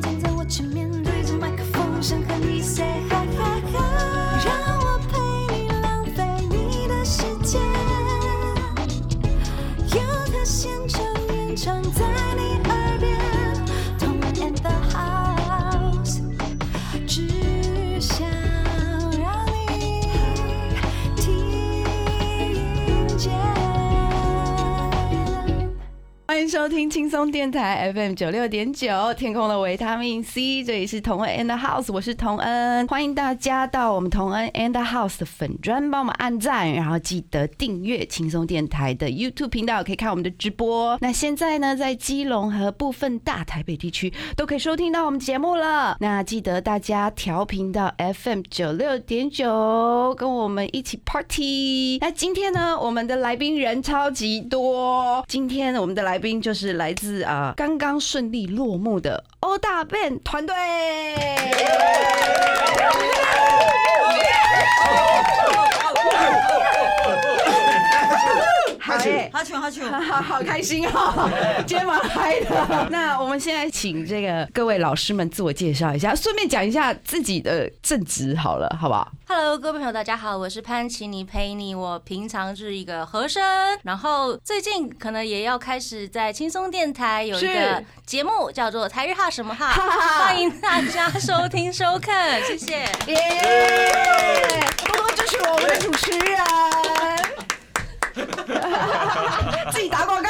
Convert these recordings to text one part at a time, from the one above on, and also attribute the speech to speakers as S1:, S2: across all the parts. S1: 站在我前面，对着麦克风，想和你 say hi hi hi，让我陪你浪费你的时间。有个现场演唱在你耳边，同安 and the house，只想让你听见。
S2: 欢迎收听轻松电台 FM 九六点九，天空的维他命 C，这里是同恩 and the house，我是同恩，欢迎大家到我们同恩 and the house 的粉砖帮我们按赞，然后记得订阅轻松电台的 YouTube 频道，可以看我们的直播。那现在呢，在基隆和部分大台北地区都可以收听到我们节目了。那记得大家调频到 FM 九六点九，跟我们一起 party。那今天呢，我们的来宾人超级多。今天我们的来宾就是来自啊、刚刚顺利落幕的欧大变团队。好耶！
S3: 哈啾哈啾，
S2: 好好好开心哦，今天蛮嗨的。那我们现在请这个各位老师们自我介绍一下，顺便讲一下自己的正职好了，好不好？
S4: Hello，各位朋友，大家好，我是潘奇妮陪你。我平常是一个和声，然后最近可能也要开始在轻松电台有一个
S2: 是
S4: 节目叫做《台日哈什么哈
S2: 哈 哈》，
S4: 欢迎大家收听收看，谢谢。
S2: 耶！多多支持我们的主持人，自己打广告。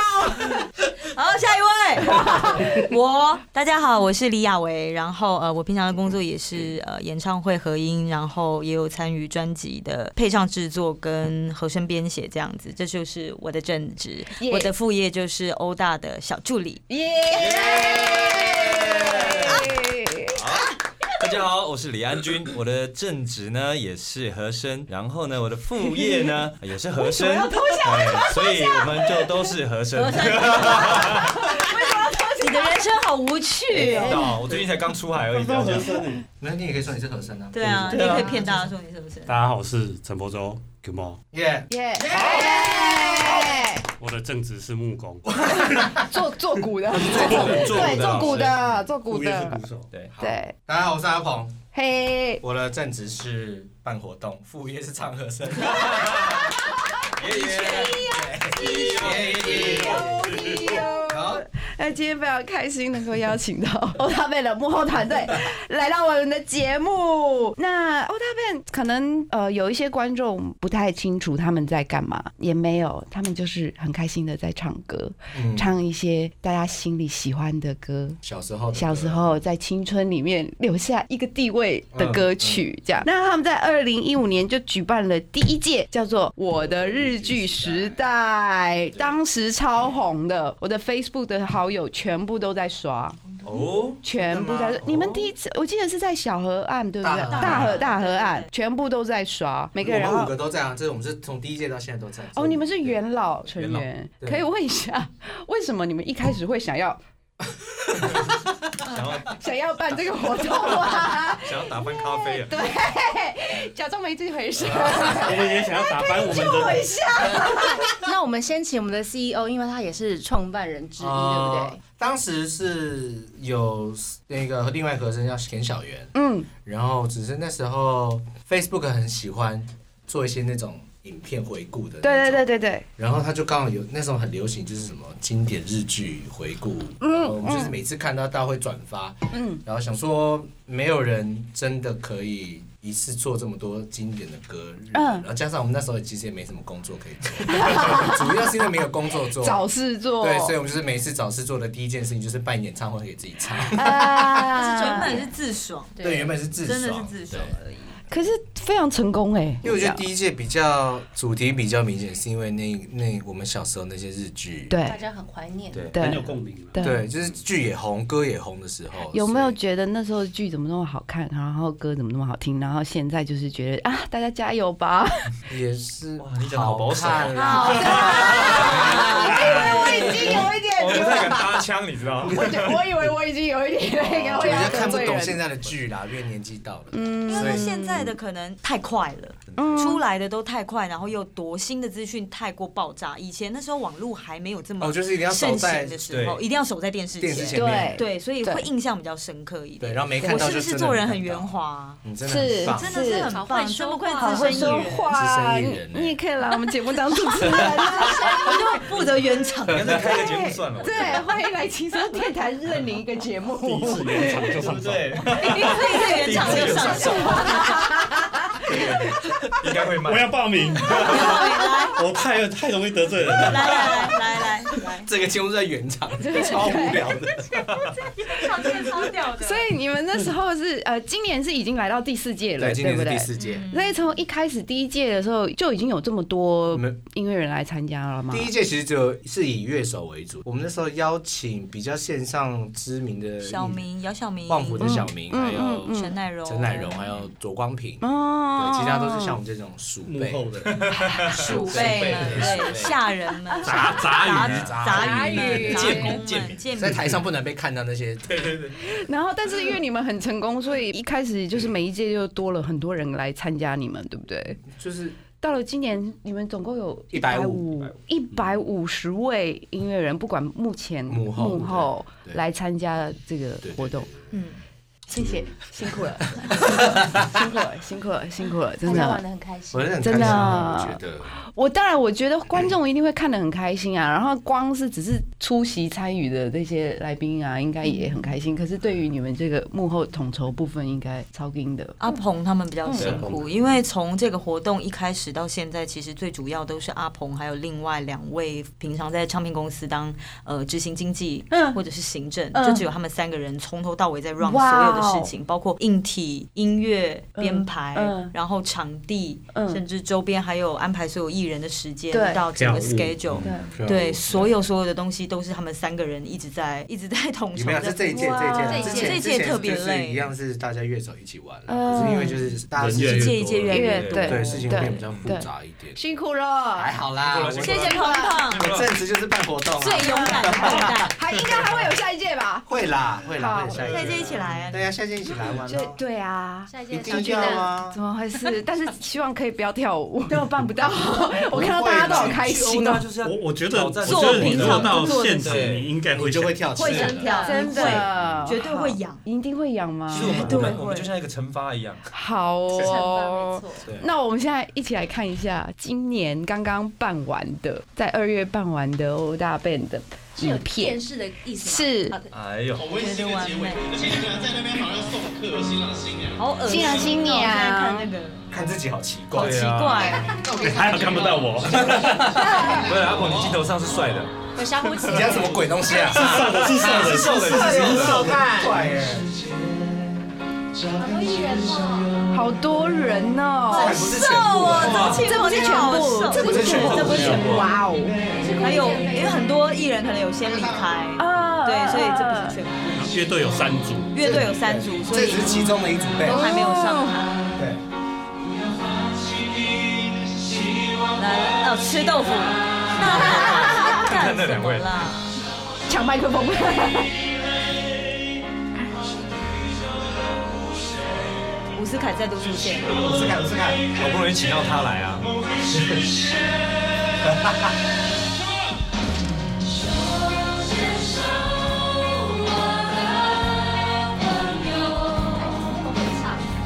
S3: 好，下一位，我大家好，我是李雅维，然后呃，我平常的工作也是呃演唱会合音，然后也有参与专辑的配唱制作跟和声编写这样子，这就是我的正职
S2: Yeah
S3: 我的副业就是欧大的小助理。
S2: 耶！
S5: 大家好，我是李安君，我的正职呢也是和声，然后呢我的副业呢 也是和声，哎所以我们就都是和声。
S3: 你的人生好无趣哦。
S5: 到我最近才刚出海而已，不要这样
S6: 那你也可以说你是和声啊。
S3: 对啊，你
S5: 对啊
S3: 可以骗大家说你是不是？
S7: 大家好，我是陈柏洲 Good Mo，
S6: 耶，
S2: 耶！
S7: 我的正职是木工，
S2: 做做鼓的，
S5: 做鼓的
S2: 对，做鼓
S5: 老
S2: 的，做鼓
S7: 我也是
S2: 的，
S7: 鼓手。
S6: 对好
S2: 对，
S6: 大家好，我是阿鹏，
S2: 嘿。
S6: 我的正职是办活动，副业是唱和 声。耶耶耶耶耶！好，
S2: 那今天非常开心能够邀请到 欧大贝的幕后团 队来到我们的节目。那欧大贝可能呃有一些观众不太清楚他们在干嘛，也没有，他们就是很开心的在唱歌，
S6: 嗯
S2: 唱一些大家心里喜欢的歌。
S6: 小时候的歌，
S2: 小时候在青春里面留下一个地位的歌曲，这样。那他们在二零一五年就举办了第一届叫做《我的日剧时代》，当时超红的，我的 Facebook 的好友全部都在刷，
S5: 哦，
S2: 全部在
S6: 真的吗。
S2: 你们第一次，我记得是在小河岸，对不对？大
S6: 大河
S2: 河
S6: 岸
S2: 大河岸，全部都在刷，每
S6: 我
S2: 个人。然
S6: 们五
S2: 后
S6: 个都这样，这是我们是从第一届到现在都这样。
S2: 哦，你们是元老成
S5: 元老
S2: 员，
S6: 对
S2: 可以问一下，为什么你们一开始会想要
S5: 想要
S2: 想要办这个活动 啊？
S5: 哦想要打翻咖啡啊！
S2: 对，假装没这回事。
S7: 我们也想要打翻我 们的，
S2: 下，
S4: 那我们先请我们的 CEO，因为他也是创办人之一，对不
S6: 哦
S4: 对？
S6: 当时是有那个另外和声叫田小圆，
S2: 嗯，
S6: 然后只是那时候 Facebook 很喜欢做一些那种影片回顾的，
S2: 对对对。对对，
S6: 然后他就刚好有那时候很流行，就是什么经典日剧回顾，然后我们就是每次看到大家会转发，
S2: 嗯，
S6: 然后想说没有人真的可以一次做这么多经典的歌，
S2: 嗯
S6: 然后加上我们那时候其实也没什么工作可以做， 主要是因为没有工 作做，
S2: 找事做，
S6: 对，所以我们就是每次找事做的第一件事情就是办演唱会给自己唱，
S3: 但是原
S2: 啊
S3: 本，是自爽，
S6: 对，原本是自
S3: 真的是
S6: 爽，
S3: 自爽
S6: 对
S3: 而已。
S2: 可是非常成功哎，
S6: 因为我觉得第一届比较主题比较明显，是因为那那我们小时候那些日剧，
S4: 大
S2: 对
S4: 家很怀念。
S5: 对
S7: 很有
S2: 对
S7: 共鸣了。啊
S6: 对，就是剧也红，歌也红的时候，
S2: 有没有
S6: 所以
S2: 觉得那时候的剧怎么那么好看，然后歌怎么那么好听，然后现在就是觉得啊，大 家加油吧，
S6: 也是啊
S5: 哇你讲得好保守
S6: 看啦，
S2: 点
S8: 我不
S2: 丢
S8: 太
S2: 脸
S8: 敢搭腔，你知道吗？
S2: 我觉 我以为我已经有一点那个
S6: 我
S2: 会
S6: 觉
S2: 要
S6: 得哦看不
S2: 得
S3: 啊
S2: 罪
S6: 懂
S2: 人
S6: 现在的剧啦，因为年纪到了。
S3: 嗯因
S6: 所
S3: 为
S6: 以
S3: 现在的可能太快了，出来的都太快，然后又多新的资讯太过爆炸。以前那时候网络还没有这么
S6: 哦就是一定要守
S3: 盛
S6: 在
S3: 行的时候，
S5: 对
S3: 一定要守在电视
S6: 电视
S3: 前
S6: 前。面，
S3: 对，所以会
S2: 对
S3: 印象比较深刻一
S6: 对，
S3: 点。
S6: 然后没看
S3: 我
S6: 到
S3: 是
S6: 就
S3: 不
S6: 真
S3: 是
S6: 的
S3: 做人
S6: 没
S3: 很
S6: 看到
S3: 圆？ 滑？
S6: 你嗯真的很棒
S2: 是
S3: 真的是
S4: 好
S3: 很
S4: 会
S3: 棒，
S4: 说
S3: 真不愧
S4: 话
S2: 好
S3: 资
S2: 会
S3: 深
S2: 说
S3: 艺人，
S2: 话，
S6: 资深艺
S2: 你
S6: 人欸
S2: 你也可以来我们节目当主持人。啊
S3: 我就负责圆场。
S5: 干脆开个节目算了，
S2: 对，欢迎来轻松电台认领一个节目。
S7: 第一次演场就
S5: 对不
S7: 上场，
S5: 对？
S3: 一次原厂就上手，
S5: 应该会卖
S7: 我。要报名， 我太太容易得罪人
S3: 来
S7: 了。
S3: 来来来来来，
S6: 这个节目是在原厂，超无聊的。
S3: 原厂真的超屌的
S2: 所以你们那时候是呃，今年是已经来到第四届了，
S6: 对，今
S2: 对
S6: 年
S2: 不
S6: 是
S2: 对
S6: 第？四届，
S2: 所以从一开始第一届的时候就已经有这么多
S6: 没
S2: 音乐人来参加了
S3: 嗯
S2: 吗
S6: 嗯第？一届其实只有是以乐手为主，我们那时候邀请比较线上知名的
S3: 小、明、姚小明、嗯
S6: 旺福的小明，还有
S3: 陈乃荣、
S6: 陈乃荣，还有左光平，对，
S2: 哦
S6: 其他都是像我们这种鼠
S7: 幕
S6: 辈。
S7: 后的
S3: 鼠辈们，对下人们、
S7: 杂杂鱼，
S3: 杂鱼
S2: 贱
S3: 们、杂工
S5: 民
S3: 们、贱
S6: 在
S3: 民。
S6: 台上不能被看到那些，对对对，
S2: 然后，但是因为你们很成功，所以一开始就是每一届就多了很多人来参加你们，对不对？
S6: 就是
S2: 到了今年，你们总共有
S6: 150
S2: 一百五十位音乐人，不管目前
S6: 幕后
S2: 幕后
S6: 对对
S2: 来参加这个
S6: 对对
S2: 活动。
S3: 嗯，
S2: 谢谢，辛苦 了，辛苦了，辛苦了，辛苦了，真
S4: 大家玩
S2: 的。
S4: 的很开心
S6: 我。是很开
S2: 真
S6: 心
S2: 的
S6: 啊，我觉得
S2: 我当然，我觉得观众一定会看得很开心啊。然后光是只是出席参与的那些来宾啊，应该也很开心。可是对于你们这个幕后统筹部分，应该超硬的。
S3: 阿鹏他们比较辛苦，因为从这个活动一开始到现在，其实最主要都是阿鹏还有另外两位平常在唱片公司当呃执行经纪
S2: 嗯
S3: 或者是行政，
S2: 嗯
S3: 就只有他们三个人从头到尾在 run 所
S2: 哇
S3: 有
S2: 哦
S3: 的事情，包括硬体、音乐
S2: 嗯
S3: 编排
S2: 嗯，
S3: 然后场地，
S2: 嗯
S3: 甚至周边还有安排所有艺人的时间
S2: 对嗯
S3: 到整个
S7: 跳舞
S3: schedule。对，
S6: 啊
S3: 所有所有的东西都是他们三个人一直在一直在统
S6: 你
S3: 筹
S6: 们俩
S3: 的。
S6: 是这一届，这一届
S4: 哇
S6: 啊，之前
S3: 这一届
S6: 之前
S3: 特别
S6: 就是
S3: 累
S6: 一样是大家乐手一起玩了，
S2: 嗯
S6: 可是因为就是大家事
S7: 人
S6: 情
S3: 一届
S7: 越
S3: 一届越来越
S2: 越
S3: 多，
S6: 对事情
S2: 对
S6: 会比较复杂一点，
S2: 辛苦了，
S6: 还好啦，
S5: 辛苦
S3: 谢
S5: 了
S3: 谢鹏鹏，
S6: 我正职就是办活动啊，
S3: 最勇敢的后代。
S2: 还应该还会有下一届吧？
S6: 会啦会啦
S2: 好
S6: 会下一届，
S3: 下一届一起来
S6: 对呀，啊下一届一起来玩
S2: 就
S6: 咯，
S2: 对啊，
S4: 下一
S6: 一
S4: 届小
S6: 定
S4: 巨
S6: 要
S4: 蛋，
S6: 啊
S2: 怎。么回事？但是希望可以不要跳 舞，哦但我办不到。我看到大家都好开心哦，
S5: 就是要
S7: 我我觉得，我觉
S5: 做
S7: 得你
S5: 平
S7: 如
S5: 常
S7: 果
S5: 不
S7: 到
S3: 做的
S7: 现
S5: 事
S7: 场，你应该
S6: 你
S7: 会
S6: 就
S7: 想
S6: 会跳起
S3: 会
S6: 来
S3: 想跳
S6: 了，
S2: 真的
S3: 绝对会痒，
S2: 一定会痒吗
S5: 其？实我们
S3: 对
S5: 我们我们就像一个惩罚一样，
S2: 好
S4: 惩罚
S2: 哦
S4: 没。错。
S5: 对，
S2: 那我们现在一起来看一下今年刚刚办完的，在二月办完的欧大 band 的
S4: 是
S2: 影
S4: 有
S2: 片
S4: 电，视的意思吗？
S2: 是
S4: 好的，
S5: 哎呦，
S3: 觉得完美。好恶
S2: 新
S3: 心
S2: 郎
S3: 哦！
S2: 新娘
S3: 我现在看那个，
S6: 看自己好奇怪
S3: 好奇
S5: 对啊
S3: 怪。
S7: 还好看不到我，
S5: 不是阿鹏，你镜头上是帅的，
S4: 有小虎子
S6: 你。讲什么鬼东西啊？
S7: 瘦的是瘦的，
S5: 瘦的，
S6: 很好看，怪耶，
S2: 好多人
S6: 还
S2: 哦
S6: 不，是全部啊，
S2: 这不是全部，这不是全部，
S3: 这不是全部。啊
S2: 哇哦，
S3: 还有，因为很多艺人可能有先离开，
S2: 啊
S3: 对，所以这不是全部。
S7: 乐队有三组，
S3: 乐队有三组，所
S6: 这
S3: 以
S6: 只是其中的一组备
S3: 都。还没有上台。
S6: 对，
S3: 来，哦，吃豆腐。干什么啦？
S2: 抢麦克 风。
S3: 伍思凯再度出现，
S6: 我是看，我是看，
S5: 好不容易请到他来啊，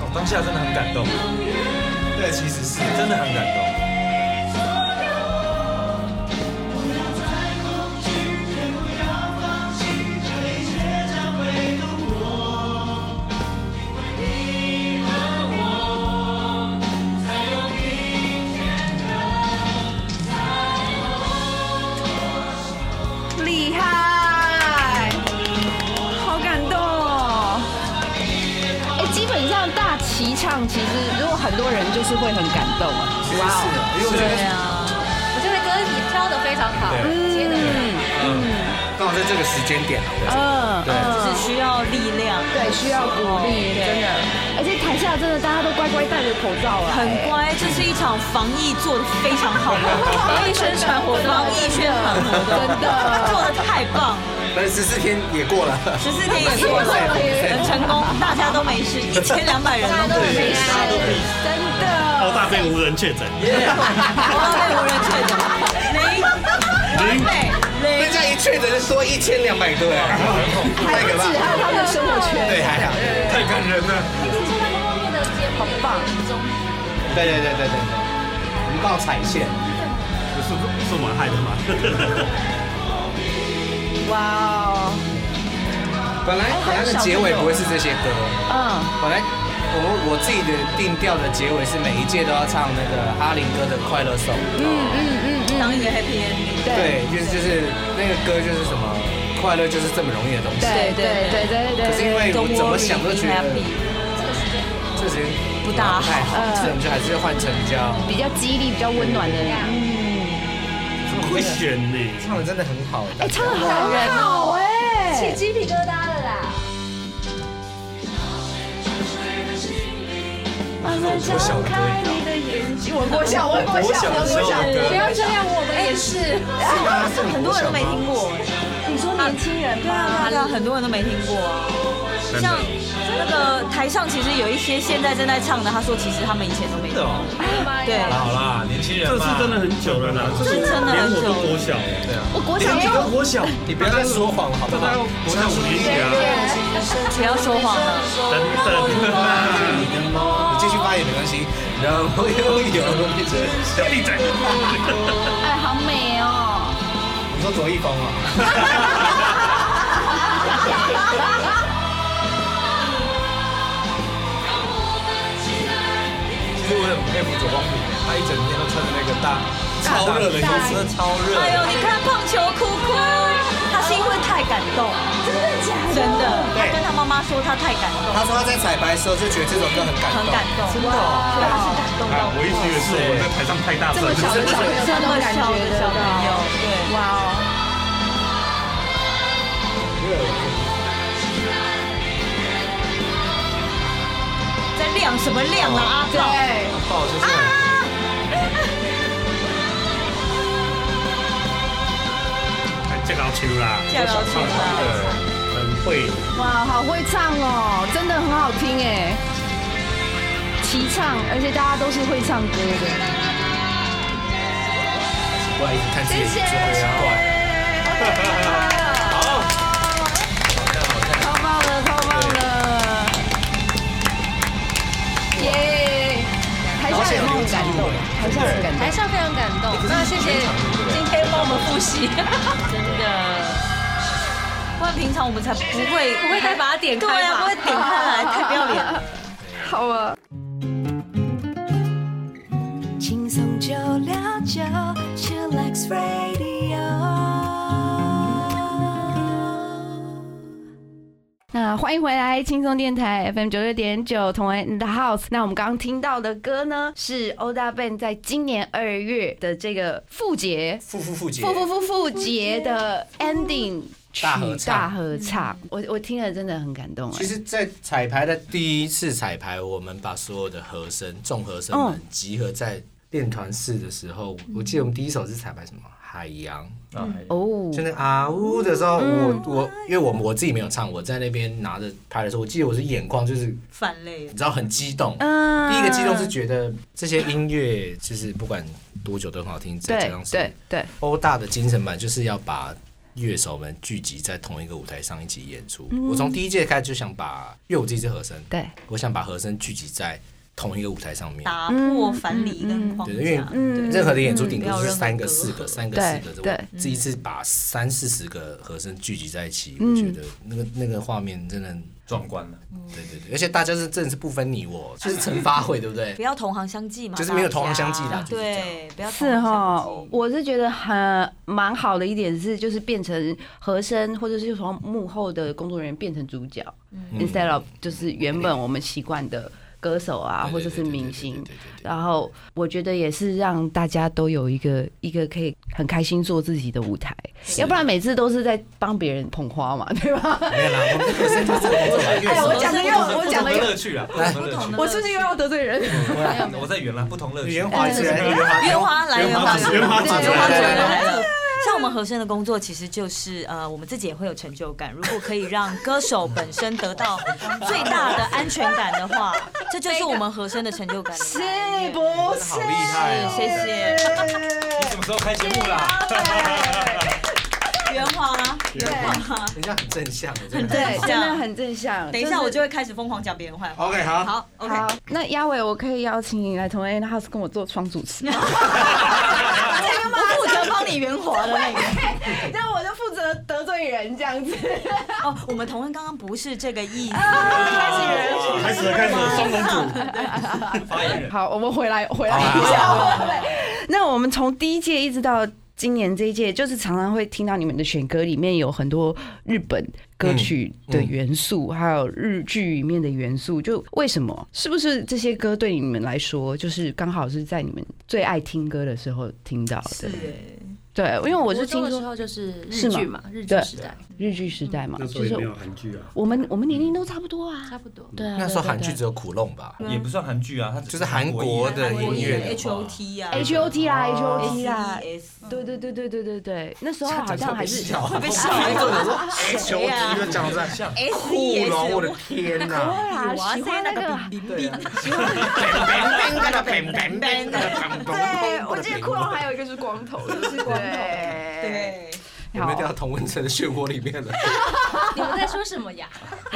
S5: 我哦当下真的很感动，
S6: 对，其实是
S5: 真的很感动。
S2: 厉害，好感动哦！哎，基本上大齐唱，其实如果很多人就是会很感动啊。
S6: 其实是的，因为我觉
S3: 对
S6: 得
S3: 啊，
S4: 我觉得歌也挑的非常好，接的
S6: 刚好在这个时间点啊，我觉得
S2: 嗯，
S6: 对
S3: 就是需要力量，哦
S2: 对，需要鼓励，
S3: 对
S2: 真的。而且台下真的大家都乖乖戴着口罩了，
S3: 很乖，这是一场防疫做的非常好的防疫宣传活动，防疫宣传活动
S2: 真的
S3: 做的太棒
S6: 对，十四天也过了，
S3: 十四天也过了，很成功，大家都没事，一千两百人都没事，
S2: 真的。
S7: 澳大被无人确诊，
S3: 我都被无人确诊，零
S7: 零
S3: 对
S6: 人
S3: 零，
S6: 家一确诊就说一千两百对，太可怕，
S2: 还有他们的生活 圈，
S6: 对，还好，
S7: 太感人了。
S2: 嗯
S6: 对对对对对对，我们到踩线，
S7: 是是我害的 吗？
S2: 哇哦，
S6: 本来本来的结尾不会是这些歌，
S2: 嗯，
S6: 本来我我自己的定调的结尾是每一届都要唱那个阿林哥的快乐颂，
S3: 当一个 happy ending，
S6: 对，就是就是那个歌就是什么快乐就是这么容易的东西，
S2: 对对对对对
S6: 可是因为我
S3: Don't
S6: 怎
S3: worry,
S6: 么想都
S3: be
S6: 觉得
S3: happy
S6: 这时间
S3: 不大
S6: 太好，
S2: 嗯
S6: 所以我们就还是换成叫，
S2: 比较激励、比较温暖的。
S7: 会选你，
S6: 唱的真的很好哎，
S2: 哎，唱的好好哎，
S1: 起鸡皮疙瘩了啦！慢慢张开你的眼睛，我
S2: 国小，我国小，我国小，
S1: 不要这样，我们也是。
S3: 很多人都没听过，
S1: 你说年轻人
S3: 对啊对啊，很多人都没听过啊。
S5: 真的
S3: 像那个台上其实有一些现在正在唱的，他说其实他们以前都没
S5: 真的哦，
S3: 哎对，
S5: 好啦，年轻人
S7: 这
S5: 嘛
S7: 是真的很久了啦，这
S3: 是真的
S7: 连
S3: 很久
S7: 我都多小了，
S2: 我国小
S7: 连你
S5: 哦
S7: 都国小，
S6: 你不要再说谎好不
S7: 大概
S6: 好？
S7: 国小五年级啊，
S3: 不要说谎了。
S7: 等等，
S6: 你继续发言没关系，然后又有一直，
S7: 小李仔，
S2: 哎，好美哦。
S6: 你说左一峰啊？
S5: 其实我很佩服左光平，他一整天都穿着那个大超热的衣服，真的超热。
S3: 哎呦，你看棒球哭哭，他是因为太感动，真的假的？真的，他跟他妈妈说他太感动，
S6: 他说他在彩排的时候就觉得这首歌很感
S3: 很
S6: 动，
S3: 感动，真的，所以他是感动
S7: 啊
S3: 到，
S7: 我一直以为是我在台上太大声，
S3: 这么小的小朋友，对，
S2: 哦
S3: 哇，在亮什么亮啊？
S5: 哦
S3: 阿
S2: 哎
S3: 宝，
S5: 爆就是很
S7: 这个要球啦，
S3: 这样要去吗？
S5: 对，
S7: 很会，
S2: 哇，好会唱哦，真的很好听哎。齐唱，而且大家都是会唱歌的。
S6: 我还一直看自己的演出会啊很怪，
S2: 超棒了，超棒了！耶！台下哎有没有很感动？台下很感动。
S4: 台上非常感动。那谢谢今天帮我们复习，
S3: 真的。不然平常我们才不会
S4: 不会再把它点
S3: 对
S4: 开
S3: 啊，
S4: 吧？
S3: 不会点开来，太不要脸了。
S2: 好啊。
S1: 轻松就聊就 Chillax Radio。
S2: 那欢迎回来，轻松电台 FM 九六点九，同安 in the house。那我们刚刚听到的歌呢，是欧大 Ben 在今年二月的这个复节
S6: 付付付姐
S2: 复复复复节的 ending 曲
S6: 大合唱嗯
S2: 大合唱，我我听了真的很感动哎
S6: 其。实，在彩排的第一次彩排，我们把所有的和声、众和声们集合在练团室的时候，我记得我们第一首是彩排什么海洋，
S2: 哦，
S6: 就那啊呜的时候，我我因为我我自己没有唱，我在那边拿着拍的时候，我记得我是眼眶就是你
S3: 反类，
S6: 知道很激动，
S2: 嗯
S6: 第一个激动是觉得这些音乐就是不管多久都很好听，再加
S2: 对
S6: 上是
S2: 对对，
S6: 欧大的精神版就是要把乐手们聚集在同一个舞台上一起演出。我从第一届开始就想把，因为我自己是和声，
S2: 对，
S6: 我想把和声聚集在同一个舞台上面。
S3: 打破反理跟框
S6: 对，因为
S3: 架。
S6: 任何的演出顶
S3: 不
S6: 多
S3: 要
S6: 是
S3: 任何
S6: 三个、
S3: 隔
S6: 四个、
S3: 阂
S6: 三个、
S2: 对
S6: 四个
S2: 对
S6: 的。我这一次把三四十个和声聚集在一起，我觉得那个那个画面真的，
S5: 壮观了。
S6: 对对对，而且大家是真的是不分你我，就是成发会，对不对
S3: 不？要同行相忌嘛，
S6: 就是没有同行相忌啦
S3: 大家
S6: 就是这样
S3: 对，不要
S2: 是
S3: 同行
S2: 哈
S3: 相忌，
S2: 我是觉得很蛮好的一点是，就是变成和声，或者是从幕后的工作人员变成主角、i
S6: 嗯
S2: n s t e a d of 就是原本我们习惯的歌手啊，
S6: 对对
S2: 或者是明
S6: 对
S2: 星
S6: 对对对对。
S2: 然后我觉得也是让大家都有一个一个可以很开心做自己的舞台，要不然每次都是在帮别人捧花嘛， 对吧？
S6: 没有啦，我们和声就是我们的乐
S2: 哎，
S6: 手
S2: 我讲的又我讲
S5: 不
S2: 的
S5: 同
S2: 又
S5: 的，乐趣啊，不
S7: 哎
S5: 同的乐趣。
S2: 我是不是又要得罪 人？
S5: 我在圆了，不同乐趣。
S6: 圆滑一次，圆滑，
S3: 圆滑来圆滑，
S7: 圆滑
S3: 圆滑指
S7: 指出来
S3: 来了。像我们们和声的工作其实就是呃，我们自己也会有成就感。如果可以让歌手本身得到最大的安全感的话，这就是我们和声的成就感。
S2: 是不是？
S6: 好厉害哦
S3: 谢谢
S5: 哎你什么时候开节目啦？
S7: 哎
S3: 圆谎啊，
S6: 对，人家很正向的，很
S2: 对，
S3: 这
S2: 真
S3: 样
S2: 的很正向。
S3: 等一下我
S2: 是
S3: 就会开始疯狂讲别人坏话。
S6: OK，好，哦
S3: 好，OK，
S2: 好。那亚伟，我可以邀请你来同 A House 跟我做双主 持吗？
S3: 我负责帮你圆滑的那个。
S2: 这样我就负责得罪人这样子。
S3: 哦，我们同恩刚刚不是这个意思。
S6: 啊
S7: 开始了，开 始了，双龙组，
S5: 发言 人，
S2: 好，我们回来回来
S7: 啊
S2: 一下。对那我们从第一届一直到今年这一届，就是常常会听到你们的选歌里面有很多日本歌
S7: 嗯
S2: 曲的元素，还有日剧里面的元素。就为什么？是不是这些歌对你们来说，就是刚好是在你们最爱听歌的时候听到的？对，因为我是
S4: 国中
S2: 听
S4: 的时
S2: 说
S4: 候就是
S2: 是
S4: 日
S2: 吗
S4: 剧嘛，日剧
S2: 对
S4: 时代
S2: 日剧时代嘛，
S7: 嗯那时
S2: 就
S7: 候也
S2: 是
S7: 没有韩剧啊。
S2: 我们我们年龄都差不多啊。
S4: 差不多。
S2: 对啊，
S6: 那时候韩剧
S2: 对
S6: 只有苦弄吧，
S5: 也不算韩剧啊，它只
S6: 就是韩国的音乐的
S3: H
S6: 话
S3: O T 啊
S2: H O T 啦，H 哦 O T
S6: 啊
S2: 啦，
S3: S
S2: 对对对对对对对，那时候好像还是
S6: 会
S3: 被笑哎我说
S6: 球
S3: 谁啊
S6: 踢就讲在
S5: 像
S3: S
S6: 酷龙，我的天哪！
S2: 对啊，喜欢那个。
S6: 对啊，对哎
S2: 对，我记得库龙还有一个是光头， 就是光头。对，
S3: 对，
S6: 有没有掉到同温层的漩涡里面了？
S4: 你们在说什么呀？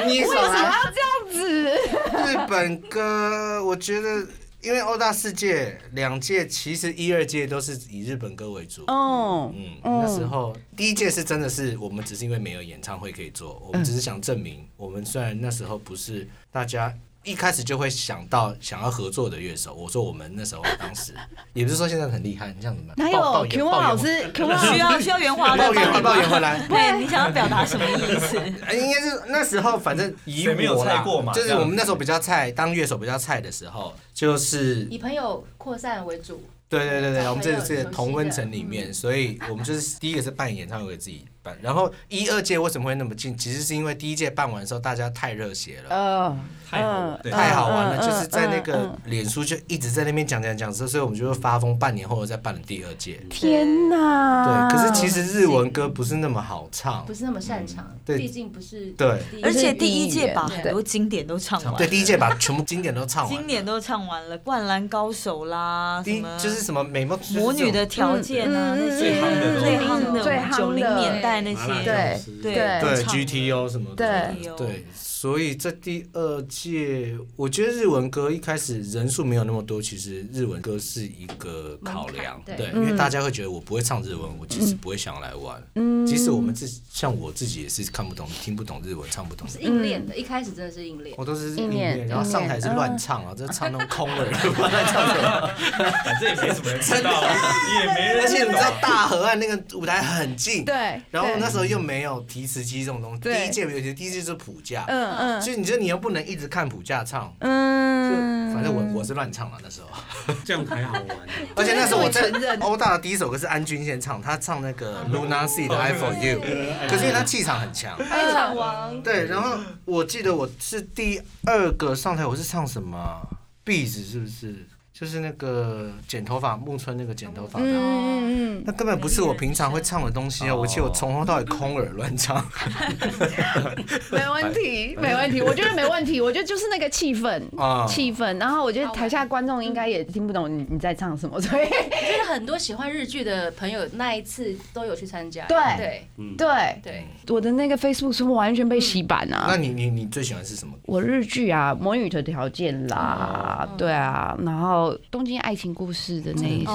S6: 你什
S2: 不
S6: 么
S2: 要这样子。
S6: 日本歌？我觉得，因为欧大世界两届，其实一二届都是以日本歌为主。
S2: 哦，
S6: 嗯，那时候第一届是真的是我们只是因为没有演唱会可以做，我们只是想证明，我们虽然那时候不是大家一开始就会想到想要合作的乐手，我说我们那时候当时也不是说现在很厉害，你像什么？
S2: 哪
S6: 抱
S2: 有
S6: 抱
S2: Q
S6: 怨
S2: 梦
S6: 抱怨
S2: 老师？Q 梦老
S3: 需
S2: 师，
S3: 要需要圆滑的
S6: 抱怨抱怨回来。
S3: 对你想要表达什么意思？
S6: 哎应该是那时候，反正以
S5: 谁没有
S6: 我啦
S5: 菜过嘛
S6: 就是
S5: 这样
S6: 我们那时候比较菜，当乐手比较菜的时候，就是
S4: 以朋友扩散为主，
S6: 对对对对，我们这个
S4: 还有
S6: 是
S4: 游戏
S6: 同温层里面，所以我们就是第一个是办演唱会自己办，然后一二届为什么会那么近？其实是因为第一届办完的时候大家太热血了。
S2: 呃，
S5: 太好了，对，
S2: 嗯
S6: 太好玩了，
S2: 嗯
S6: 就是在那
S2: 嗯
S6: 个脸书就一直在那边讲讲讲，所以我们就会发疯，半年后再办了第二届。
S2: 天哪！
S6: 对，可是其实日文歌不是那么好唱
S4: 不，是那么擅长，
S6: 对
S4: 毕竟不是
S6: 对
S4: 第一
S3: 而且第一届把很多经典都唱完，
S6: 对，第一届把全部经典都唱完
S3: 经
S6: 了，
S3: 典都唱完了，《灌篮高手》啦，
S6: 第
S3: 什
S6: 一
S3: 么
S6: 就是什么美梦
S3: 魔女的条件啊，那些最夯的九零年代那些，
S2: 对
S3: 对
S6: 对
S3: 唱
S6: GTO 什么的，
S2: 对
S6: 对，所以这第二届，我觉得日文歌一开始人数没有那么多，其实日文歌是一个考量，
S4: 门槛
S6: 对，因
S2: 嗯
S6: 为大家会觉得我不会唱日文，我其实不会想来玩。嗯，其实我们自己像我自己也是看不懂、听不懂日文，唱不懂日
S4: 是
S6: 文。
S4: 硬练
S2: 嗯
S4: 的，一开始真的是硬练。
S6: 我都是
S2: 一
S6: 硬
S2: 面
S6: 练，然后上台是
S2: 嗯
S6: 乱唱啊，这唱 那种空的，不知道在唱什么。
S5: 反正也没什么人知道，啊 也没
S6: 而
S5: 人
S6: 且你
S5: 知
S6: 知道
S5: 道。
S6: 大河岸那个舞台很近，
S2: 对
S6: 然后那时候又没有提词机这种东西，
S2: 对
S6: 第一届尤其第一届是谱架，
S2: 嗯嗯
S6: 所以你说你又不能一直看谱架唱，
S2: 嗯，
S6: 反正我我是乱唱了那时候，
S7: 这样才好玩。
S6: 而且那时候我在
S2: 承认嗯
S6: 欧大的第一首歌是安君先唱，他唱那个 Luna C 的 I For You，可是因为他气场很强，
S4: 开场
S2: 嗯
S4: 王，
S6: 对，然后我记得我是第二个上台，我是唱什么啊 Beats 是不是？就是那个剪头发木村那个剪头发的。
S2: 嗯嗯
S6: 那根本不是我平常会唱的东西哦，
S5: 哦
S6: 我记得我从头到尾空耳乱唱，
S2: 嗯，没问题，没问题，我觉得没问题， 我觉得就是那个气氛。
S6: 啊，
S2: 气氛，然后我觉得台下观众应该也听不懂你你在唱什么，所以
S4: 我觉得很多喜欢日剧的朋友那一次都有去参加。
S2: 对
S4: 对
S2: 对
S4: 对，
S2: 我的那个 Facebook 是完全被洗版啊。
S6: 那你你你最喜欢是什么？
S2: 我日剧啊，《魔女的条件》
S6: 嗯
S2: 啦，对啊，然后《东京爱情故事》的那一首，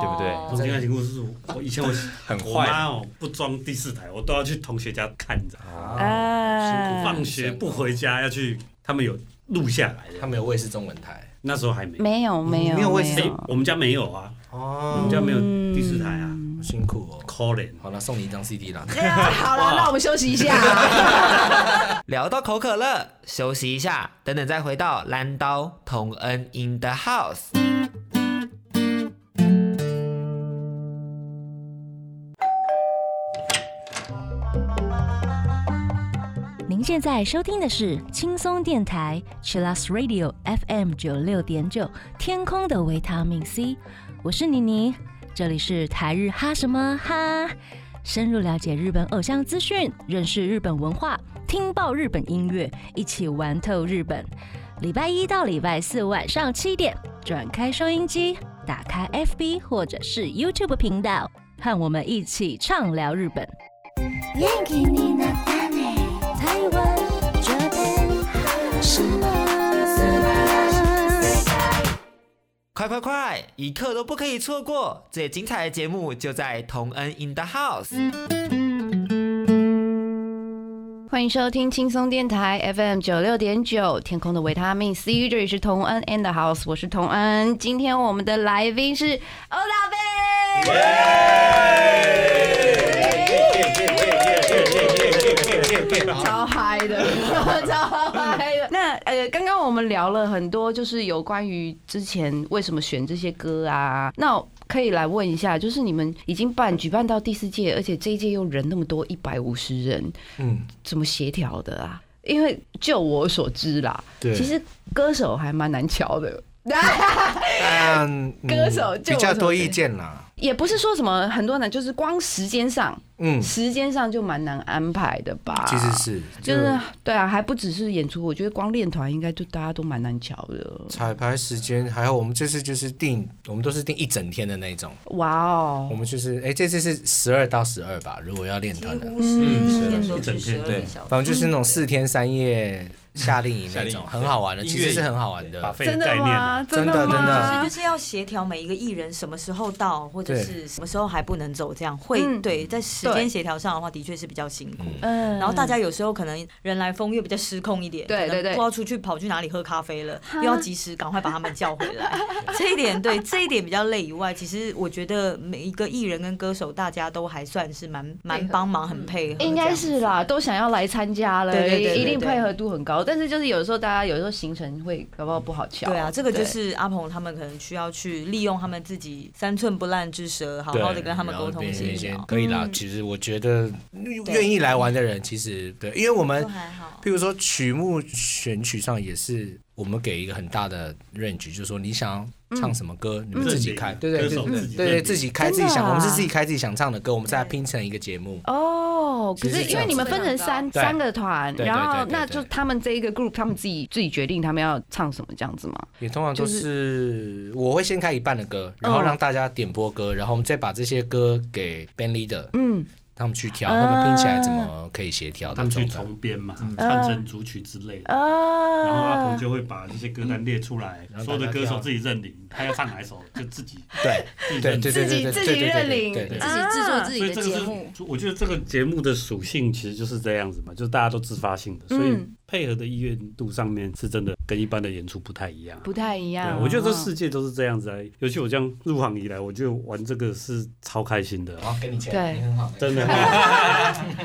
S5: 对不对
S6: 我
S7: 东
S6: 在
S7: 京爱情故事，我以前我
S5: 很
S7: 我
S5: 坏
S7: 妈哦不装第四台，我都要去同学家看着，
S6: 哦
S2: 哎
S7: 放学不回家要去，他们有录下来的，
S6: 他没有卫视中文台
S7: 那时候还没有。
S2: 没有没有
S6: 没有为
S7: 哎，我们家没有啊，我
S6: 哦，
S7: 们家没有第四台啊，
S6: 辛苦哦。
S7: 可怜。
S6: 好了，送你一张 CD 啦。
S2: 哎呀好了，那我们休息一下。
S8: 聊到口渴了，休息一下，等等再回到蓝刀同恩 in the house。
S9: 您现在收听的是轻松电台 Chillax Radio FM 九六点九，天空的维他命 C，我是妮妮。这里是台日哈什么哈，深入了解日本偶像资讯，认识日本文化，听爆日本音乐，一起玩透日本。礼拜一到礼拜四晚上七点，转开收音机，打开 FB 或者是 YouTube 频道，和我们一起畅聊日本。
S1: 元気になったね台湾这边什么？
S8: 快快快，一刻都不可以错过！最精彩的节目就在同恩 in the
S6: 嗯
S8: house。
S2: 欢迎收听轻松电台 FM 九六点九，天空的维他命 C，这里是同恩 and the house，我是同恩。今天我们的来宾是欧大贝。 超嗨的，超嗨的。 那呃，刚刚我们聊了很多，就是有关于之前为什么选这些歌啊。那可以来问一下，就是你们已经办举办到第四届，而且这一届又人那么多，一百五十人，
S6: 嗯，
S2: 怎么协调的啊？因为就我所知啦，
S6: 对
S2: 其实歌手还蛮难瞧 的。
S6: 但
S2: 歌手就
S6: 比较
S2: 我所
S6: 多
S2: 知
S6: 意见啦，
S2: 也不是说什么很多人，就是光时间上，
S6: 嗯，
S2: 时间上就蛮难安排的吧。
S8: 啊
S6: 其实是
S2: 就是对啊，还不只是演出，我觉得光练团应该就大家都蛮难瞧的。
S6: 彩排时间，还有我们这次就是定，我们都是定一整天的那种。
S2: 哇
S6: 我
S2: 哦，
S6: 们就是，哎、这次是十二到十二吧，如果要练团的，
S7: 一整天对
S6: 反正就是那种四天三夜夏令营那
S5: 夏令
S6: 种，
S5: 营
S6: 很好玩的，
S5: 对
S6: 其实是很好玩
S7: 把
S6: 的。
S7: 费
S2: 真
S7: 的
S2: 的
S7: 概念啊
S2: 吗？
S6: 真
S2: 的
S6: 的真
S3: 所以
S2: 吗
S3: 就？是要协调每一个艺人什么时候到，或者
S6: 对
S3: 是什么时候还不能走，这样会、
S2: 嗯
S3: 对在时
S2: 对
S3: 间协调上的话，的确是比较辛苦。
S2: 嗯
S3: 然后大家有时候可能人来疯又比较失控一点，
S2: 对
S3: 可能
S2: 对对
S3: 不知道出去跑去哪里喝咖啡了，又要及时赶快把他们叫回 来。这一点对这一点比较累以外，其实我觉得每一个艺人跟歌手大家都还算是蛮蛮帮忙，很配合，
S2: 应该是啦，。都想要来参加了，
S3: 对对对对对
S2: 一定配合度很高。但是就是有时候大家有时候行程会搞不好不好瞧。
S3: 对啊，这个就
S2: 对
S3: 是阿鹏他们可能需要去利用他们自己三寸不烂之舌，好好的跟他们沟通协调。
S6: 可以啦。其实我觉得愿意来玩的人，其实对，因为我们
S3: 都还好。
S6: 譬如说曲目选曲上也是我们给一个很大的 range，就是说你想唱什么歌，你们自己开，
S7: 嗯
S6: 对对
S7: 歌手
S6: 对
S7: 自己
S6: 对对，
S7: 认
S6: 自己开自
S2: 真的
S6: 己想，
S2: 啊
S6: 我们是自己开自己想唱的歌，我们再拼成一个节目。
S2: 哦，可
S6: 其实
S2: 是
S6: 是
S2: 因为你们分成三
S6: 这样
S2: 三个团，
S6: 对对对对
S2: 然后
S6: 对对
S2: 那就他们这一个 group，他们自己自己决定他们要唱什么这样子吗？
S6: 也通常都
S2: 就是嗯
S6: 我会先开一半的歌，然后让大家点播歌，然后我们再把这些歌给 band leader，
S2: 嗯，
S6: 他们去挑，
S2: 啊
S6: 他们拼起来怎么可以协调
S7: 啊
S6: 的
S7: 他们去
S6: 状态。
S7: 重编嘛，串成组曲之类的。
S6: 嗯
S2: 啊，
S7: 然后阿鹏就会把这些歌单列出来，
S6: 然后
S7: 所有
S6: 大
S7: 的
S6: 家
S7: 歌手
S6: 挑
S7: 自己认领，他要唱哪一首就自己
S6: 对
S7: 自己
S6: 对
S7: 认
S6: 对
S7: 领。
S6: 对
S2: 自己
S6: 对对
S2: 自
S6: 对
S2: 己
S6: 对对
S2: 认
S6: 对
S2: 领啊
S6: 对对
S4: 自己制作自己
S7: 所以
S4: 的
S7: 这个
S4: 节
S7: 是
S4: 目，，
S7: 我觉得这个节目的属性其实就是这样子嘛，就是大家都自发性的，所以
S2: 嗯
S7: 配合的意愿度上面是真的跟一般的演出不太一样。
S2: 不太一
S7: 对啊
S2: 样。，
S7: 我觉得这
S2: 哦
S7: 世界都是这样子啊，尤其我这样入行以来，我觉得玩这个是超开心的，
S6: 好，给你钱，
S2: 对
S6: 你很好，
S7: 真的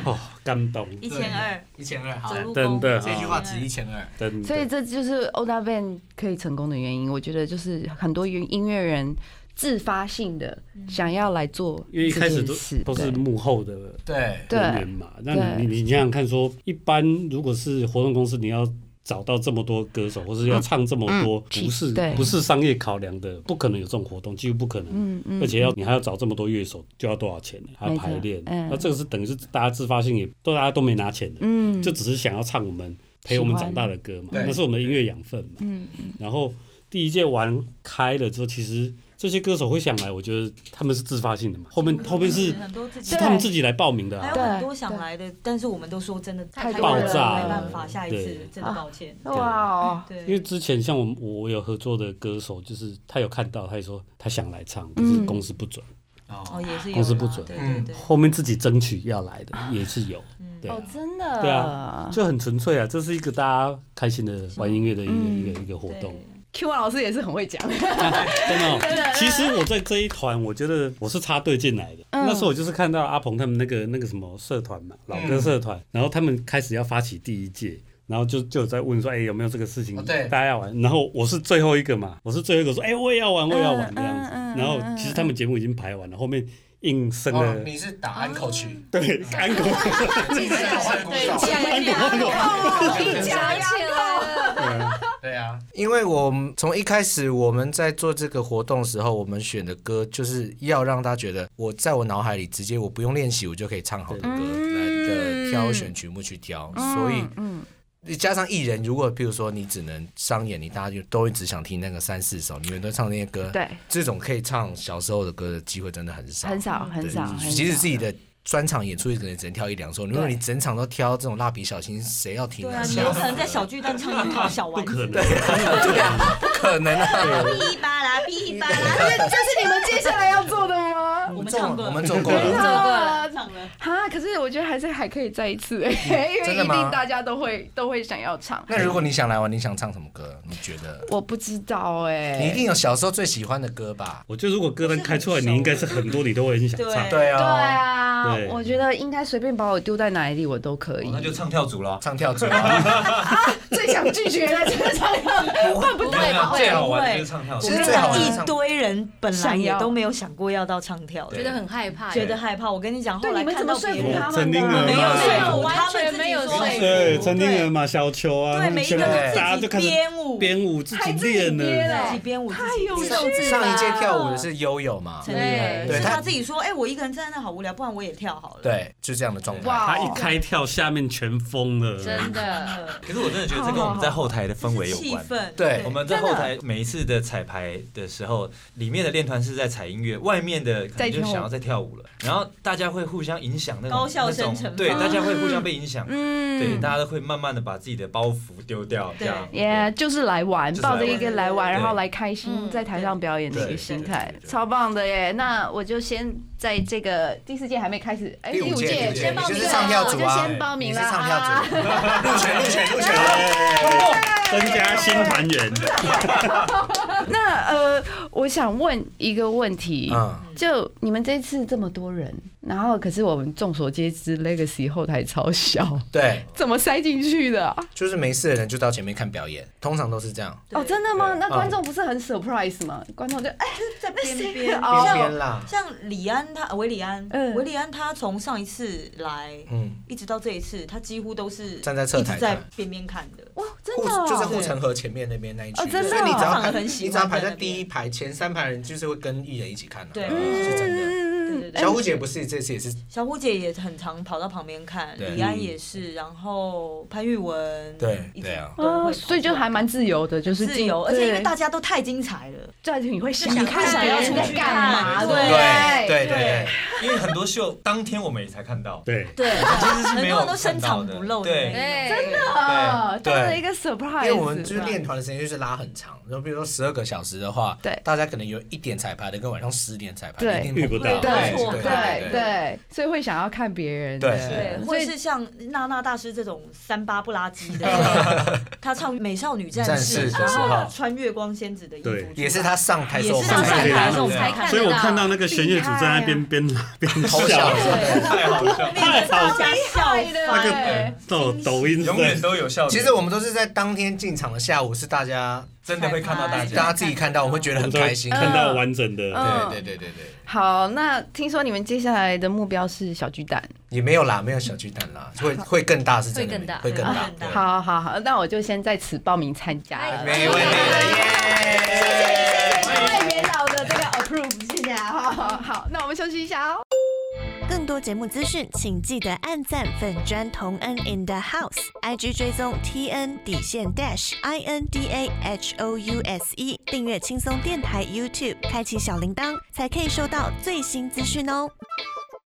S7: 哦，感动，
S3: 一千二，
S6: 一千二，好
S3: 走，路
S7: 真的
S3: 工
S6: 这句话值一千二。
S7: 真的。
S2: 所以这就是欧大 Van 可以成功的原因。我觉得就是很多音音乐人自发性的想要来做
S7: 因为一
S2: 这
S7: 开始
S2: 件
S7: 都
S2: 事
S7: 都是
S2: 对
S7: 幕后的
S6: 对，
S7: 人
S2: 对
S7: 员嘛。那你你你想想看说，一般如果是活动公司，你要找到这么多歌手，或是要唱这么多，
S2: 嗯嗯
S7: 不是
S2: 对
S7: 不是商业考量的，不可能有这种活动，几乎不可能。
S2: 嗯嗯
S7: 而且要你还要找这么多乐手，就要多少钱呢？还要排练
S2: 没错嗯，
S7: 那这个是等于是大家自发性也都大家都没拿钱的，
S2: 嗯
S7: 就只是想要唱我们陪我们长大的歌嘛，
S6: 喜欢
S7: 那是我们的音乐养分嘛。
S2: 嗯
S7: 然后第一届玩开了之后，其实这些歌手会想来，我觉得他们是自发性的嘛。后
S2: 嗯
S7: 面后面是
S3: 很多自己
S7: 是他们自己来报名的、
S3: 还
S7: 啊
S3: 有。很多想来的，但是我们都说真的
S2: 太
S3: 多
S7: 多
S3: 人
S7: 了爆炸
S3: 没办法，
S7: 了
S3: 下一次
S7: 对
S3: 真的抱歉。
S2: 哇哦，
S3: 对，
S7: 因为之前像我们我有合作的歌手，就是他有看到，他也说他想来唱，
S2: 嗯
S7: 可是公司不准。
S3: 哦也是有啦
S7: 公司不准嗯
S3: 对对对，
S7: 后面自己争取要来的也是有，对
S2: 嗯
S7: 啊、
S2: 哦，真的，
S7: 对啊就很纯粹啊，这是一个大家开心的玩音乐的一个、
S2: 嗯
S7: 一个一个活
S3: 对
S7: 动。
S2: Q 王老师也是很会讲，
S7: 真的、哦，其实我在这一团，我觉得我是插队进来的。那时候我就是看到阿鹏他们那个那个什么社团嘛，老歌社团，然后他们开始要发起第一届。然后就就有在问说，哎、有没有这个事情，
S6: 哦对
S7: 大家要玩。然后我是最后一个嘛，我是最后一个说，哎、我也要玩，我也要玩这样子。然后其实他们节目已经排完了，后面硬生了、
S6: 哦，你是打安口曲，
S7: 对安可，
S3: 啊
S6: 你是打换鼓手，
S7: 安可，
S4: 一家
S2: 起来
S4: 了，
S6: 对啊，因为我们从一开始我们在做这个活动的时候，我们选的歌就是要让他觉得我在我脑海里直接我不用练习，我就可以唱好的歌来的挑选曲目去挑，所以
S2: 嗯，
S6: 你加上艺人，如果譬如说你只能商演，你大家就都会只想听那个三四首，你们都唱那些歌，
S2: 对，
S6: 这种可以唱小时候的歌的机会真的很少，
S2: 很少很
S6: 对
S2: 少，很
S6: 即使
S2: 少
S6: 自己的专场演出，也可能只能挑一两首。如果你整场都挑这种蜡笔小新，谁要听
S3: 对
S6: 啊？
S3: 啊，你
S6: 笑
S3: 有
S6: 死
S3: 可能在 小巨蛋唱樱桃小丸
S7: 不可
S3: 子，
S7: 能。
S6: 不可能啊！
S3: 噼巴啦噼巴啦，
S2: 这是你们接下来要做的吗？
S3: 我们
S6: 做
S3: 唱
S6: 了
S3: 过，
S6: 我们做过了
S3: 我们做过
S2: 了
S3: 了，唱了。
S2: 哈，可是我觉得还是还可以再一次，欸因为
S6: 嗯真
S2: 一
S6: 的吗
S2: 定大家都会都会想要唱。
S6: 那如果你想来玩，你想唱什么歌？你觉得？
S2: 我不知道哎、
S6: 你一定有小时候最喜欢的歌吧？
S7: 我觉得如果歌单开出来，你应该是很多你都会很想
S3: 对
S7: 唱。
S2: 对
S6: 啊，
S2: 啊，
S7: 对
S2: 我觉得应该随便把我丢在哪里我都可以。
S6: 哦
S5: 那就唱跳组了。
S6: 唱跳组啊，
S2: 最想拒绝的就是 唱跳，换不
S5: 对
S2: 对啊吧？
S5: 最好玩的就是唱跳
S6: 其
S5: 组
S3: 我跟
S6: 实。
S3: 你
S6: 最
S3: 讲，
S6: 好玩的是
S3: 一堆人本来也都没有想过要到唱跳的，
S4: 觉得很害怕，
S3: 觉得害怕。我跟你讲，后
S2: 对，
S3: 来
S2: 你们
S3: 看
S2: 怎么
S3: 到
S2: 说
S3: 别
S2: 服
S3: 人
S2: 他
S7: 陈
S2: 们
S7: 丁
S2: 的？
S7: 儿
S3: 没有
S7: 说
S3: 服，
S4: 完
S3: 他们
S4: 全
S3: 自
S4: 没
S3: 己
S4: 有
S3: 说
S4: 说服
S7: 对，陈定仁嘛，小球啊，
S3: 对
S7: 他们
S3: 每一个
S7: 全部
S3: 都
S7: 大家
S3: 自己
S7: 就开始
S3: 编舞，
S7: 编舞，自己
S2: 还自己
S7: 练呢。
S2: 编
S3: 自己编舞，
S2: 太
S3: 自己
S2: 有
S3: 自
S2: 趣了
S6: 上一届跳舞的是悠悠嘛？
S3: 己
S4: 对
S3: 对，
S6: 对
S3: 是
S6: 他
S3: 他自己说，哎，我一个人站在那好无聊，不然我也跳好了。
S6: 对，就这样的状态。
S7: 他
S2: 哇
S7: 一
S2: 哦，
S7: 开跳，下面全疯了。
S4: 真的。
S3: 呃，
S5: 可是我真的觉得这跟我们在后台的氛围有
S3: 气
S5: 关。
S3: 氛，啊
S6: 对
S5: 我们在后台每一次的彩排的时候，里面的练团是在踩音乐，外面的可能就想要在跳舞了。然后大家会互相影响那种
S3: 高效生
S5: 那种
S3: 成法
S5: 对，大家会互相被影响，
S2: 嗯
S5: 对，大家都会慢慢的把自己的包袱丢掉，这
S3: 对
S5: 样。
S2: 耶就是来玩，
S5: 就是来
S2: 抱
S5: 玩
S2: 着一个来玩，
S5: 对
S2: 然后来开心，
S3: 嗯
S2: 在台上表演的一个心态
S6: 对对，对
S2: 超棒的耶！那我就先在这个第四届还没开始，哎，
S6: 第
S2: 五
S6: 五届，第五届
S2: 先报名
S6: 你就是
S2: 了，
S6: 唱跳
S2: 我
S6: 组
S2: 就
S6: 啊，
S2: 先报名
S6: 你
S2: 了
S6: 是唱跳
S2: 啊！
S6: 组，入选入选入选。
S7: 哎增加新团员，
S2: 那 呃，我想问一个问题，
S6: 嗯，
S2: 就你们这次这么多人，然后可是我们众所皆知，Legacy 后台超小，
S6: 对，
S2: 怎么塞进去的啊？
S6: 就是没事的人就到前面看表演，通常都是这样。
S3: 对
S2: 哦，真的吗？
S6: 对
S2: 那观众不是很 surprise 吗？观众就哎，
S3: 在边边
S2: 哦
S6: 边
S3: 像
S6: 边啦，
S3: 像李安他呃韦礼安
S2: 嗯，
S3: 韦礼安他从上一次来
S6: 嗯，
S3: 一直到这一次，他几乎都是
S6: 站在侧台
S3: 一直在
S6: 看
S3: 边边看的。
S2: 哇，真
S6: 护
S2: 的哦，
S6: 就是护城河前面那边那一区，
S2: 哦真的哦
S6: 所以你只要排，
S3: 我很喜
S6: 你
S3: 欢
S6: 只要排在第一排前三排的人，就是会跟艺人一起看的、
S3: 对
S6: 嗯是真的。
S2: 嗯
S3: 对对对
S6: 小虎姐不是这次也是，
S3: 小虎姐也很常跑到旁边看，
S6: 对
S3: 李安也是，然后潘玉文
S6: 对
S3: 一直
S6: 对啊
S3: 都会跑出
S2: 哦，
S3: 来
S2: 所以就还蛮自由的，就是
S3: 自由，
S2: 进
S3: 而且因为
S2: 对
S3: 大家都太精彩了，
S2: 在你会想
S3: 想
S2: 看
S3: 看
S2: 别人在干嘛，
S3: 对
S2: 不
S6: 啊
S2: 对
S6: 对对对
S5: 因为很多秀当天我们也才 看到，
S7: 对，
S3: 对，
S5: 其实是
S3: 很多
S5: 没有
S3: 人都深藏不露的
S5: 对
S3: 那一种。
S4: 真的
S2: 啊，
S6: 对
S2: 当了一个 surprise，
S6: 因为我们就是练团的时间就是拉很长，然后比如说十二个小时的话，
S2: 对
S6: 大家可能有一点彩排的跟晚上十点彩排
S2: 对
S6: 一定
S7: 遇不到
S2: 对
S6: 对
S2: 对
S6: 对
S2: 对，所以会想要看别人的，
S6: 对
S3: 对，
S2: 所
S3: 或
S2: 以
S3: 是像娜娜大师这种三八不拉几 的，他唱《美少女战
S6: 战
S3: 士
S6: 士》，的
S3: 然
S6: 时
S3: 后
S6: 候
S3: 穿月光仙子的衣服
S7: 对
S3: 出来，
S6: 也是他上台的时候
S3: 也是他
S6: 我们
S3: 上
S6: 才
S3: 台的时候我
S5: 对
S3: 们才看得到，
S7: 所以我看到那个弦乐组在那边边边
S6: 偷笑
S7: 笑，
S5: 太好笑，
S7: 太好笑，
S3: 笑
S2: 害
S3: 欸
S2: 的
S3: 翻
S2: 哎
S3: 了
S7: 抖抖音
S5: 永远
S7: 在
S5: 都有笑点。
S6: 其实我们都是在当天进场的下午，是大家
S5: 真的会看到大
S3: 对
S6: 大
S5: 家
S6: 家自己看到，我会觉得很开心。
S7: 看到完整的，
S2: 嗯
S6: 对对对对对，
S2: 好，那听说你们接下来的目标是小巨蛋，
S6: 也没有啦，没有小巨蛋啦，会会更大是真的，
S4: 会更大
S6: 会更
S3: 会
S6: 大
S3: 更，大
S6: 对
S2: 好好好，那我就先在此报名参加了。
S6: 没问题的耶！
S2: 谢谢魏元老的这个 approve，谢谢啊。好好好，那我们休息一下哦。
S10: 更多节目资讯，请记得按赞粉砖同恩 in the house，IG 追踪 T N 底线 dash I N D A H O U S E，订阅轻松电台 YouTube，开启小铃铛，才可以收到最新资讯哦。